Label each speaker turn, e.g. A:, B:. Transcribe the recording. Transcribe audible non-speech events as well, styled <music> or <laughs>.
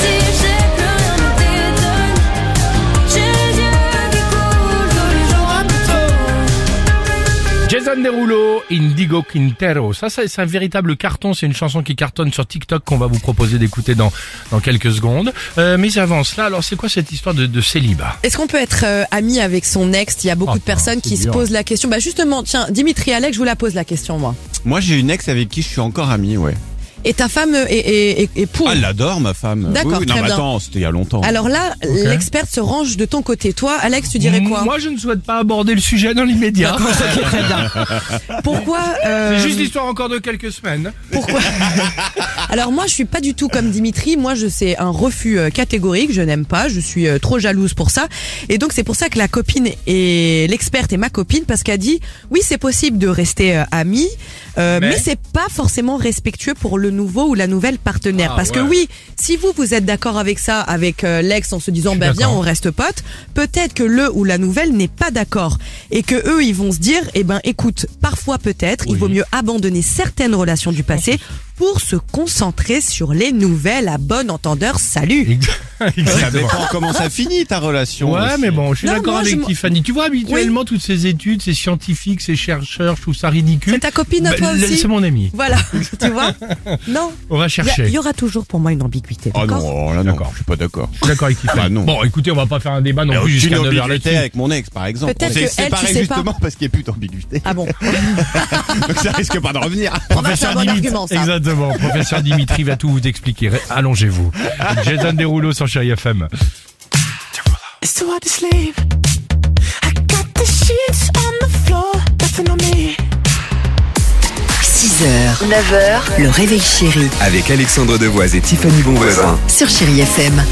A: si j'ai plus rien à t'étonne, j'ai les yeux qui coulent tous les jours un peu trop.
B: Jason Derulo, Indigo Quintero. Ça, ça, c'est un véritable carton. C'est une chanson qui cartonne sur TikTok qu'on va vous proposer d'écouter dans, dans quelques secondes. Euh, mais avant cela, alors c'est quoi cette histoire de, de célibat
C: Est-ce qu'on peut être euh, ami avec son ex Il y a beaucoup
B: Ah,
C: de personnes
B: c'est
C: qui se
B: dur.
C: posent la question. Bah justement, tiens, Dimitri Alex, je vous la pose la question moi.
D: Moi, j'ai une ex avec qui je suis encore ami, ouais.
C: Et ta femme euh, est, est- est- est pour.
D: Ah, elle l'adore, ma femme.
C: D'accord,
D: Oui, oui, non,
C: très
D: mais
C: bien.
D: attends, c'était il y a longtemps.
C: Alors là, l'experte se range de ton côté. Toi, Alex, tu dirais quoi
B: Moi, je ne souhaite pas aborder le sujet dans l'immédiat.
C: Pourquoi euh,
B: C'est juste l'histoire encore de quelques
C: <laughs>
B: semaines.
C: Pourquoi Alors moi, je suis pas du tout comme Dimitri. Moi, je c'est un refus euh, catégorique. Je n'aime pas. Je suis euh, trop jalouse pour ça. Et donc c'est pour ça que la copine et l'experte est ma copine parce qu'elle dit oui, c'est possible de rester euh, amis, euh,
B: Mais
C: mais, c'est pas forcément respectueux pour le nouveau ou la nouvelle partenaire.
B: Ah,
C: parce que
B: ouais.
C: oui, si vous vous êtes d'accord avec ça, avec euh, l'ex, en se disant
B: suis
C: bah viens,
B: d'accord.
C: on reste potes, peut-être que le ou la nouvelle n'est pas d'accord et que eux, ils vont se dire eh ben écoute, parfois peut-être, il vaut mieux abandonner certaines relations du passé pour se concentrer sur les nouvelles à bon entendeur. Salut euh,
D: ça
B: Exactement.
C: <laughs>
D: dépend comment ça finit ta relation.
B: Ouais,
D: aussi.
B: mais bon, je suis
C: Non,
B: d'accord
C: moi, je
B: avec
C: m'en-
B: Tiffany. Tu vois, habituellement, toutes ces études, ces scientifiques, ces chercheurs, je trouve ça ridicule.
C: C'est ta copine à
B: Bah,
C: toi
B: là,
C: aussi Bah,
B: C'est mon ami.
C: Voilà, <laughs> tu vois Non,
B: On va
C: il y a-
B: chercher.
C: il y, aura toujours pour moi une ambiguïté.
D: Oh
B: Ah
C: d'accord
D: non, oh là non,
B: D'accord.
D: je suis pas d'accord.
B: Je suis d'accord avec Tiffany.
D: Bah, non.
B: Bon, écoutez, on va pas faire un débat non
D: Alors,
B: plus
D: Aucune
B: jusqu'à 9h
D: ambiguïté
B: là-dessus.
D: avec mon ex, par exemple.
C: Peut-être
D: On s'est
C: que elle, tu
D: séparés
C: sais pas.
D: justement parce qu'il n'y a plus d'ambiguïté. <laughs>
C: Ah bon
D: Donc ça risque pas de revenir.
C: c'est un bon
B: Dimitri-
C: argument, ça.
B: Exactement. Professeur Dimitri va tout vous expliquer. Ré- Allongez-vous.
C: <laughs>
B: Jason Derulo sur Chéri FM.
E: It's too hard to sleep. I got the sheets on the floor, nothing on me.
F: 6h, 9h, le réveil chéri
G: Avec Alexandre Devoise et Tiffany Bonvoisin.
F: sur Chéri FM.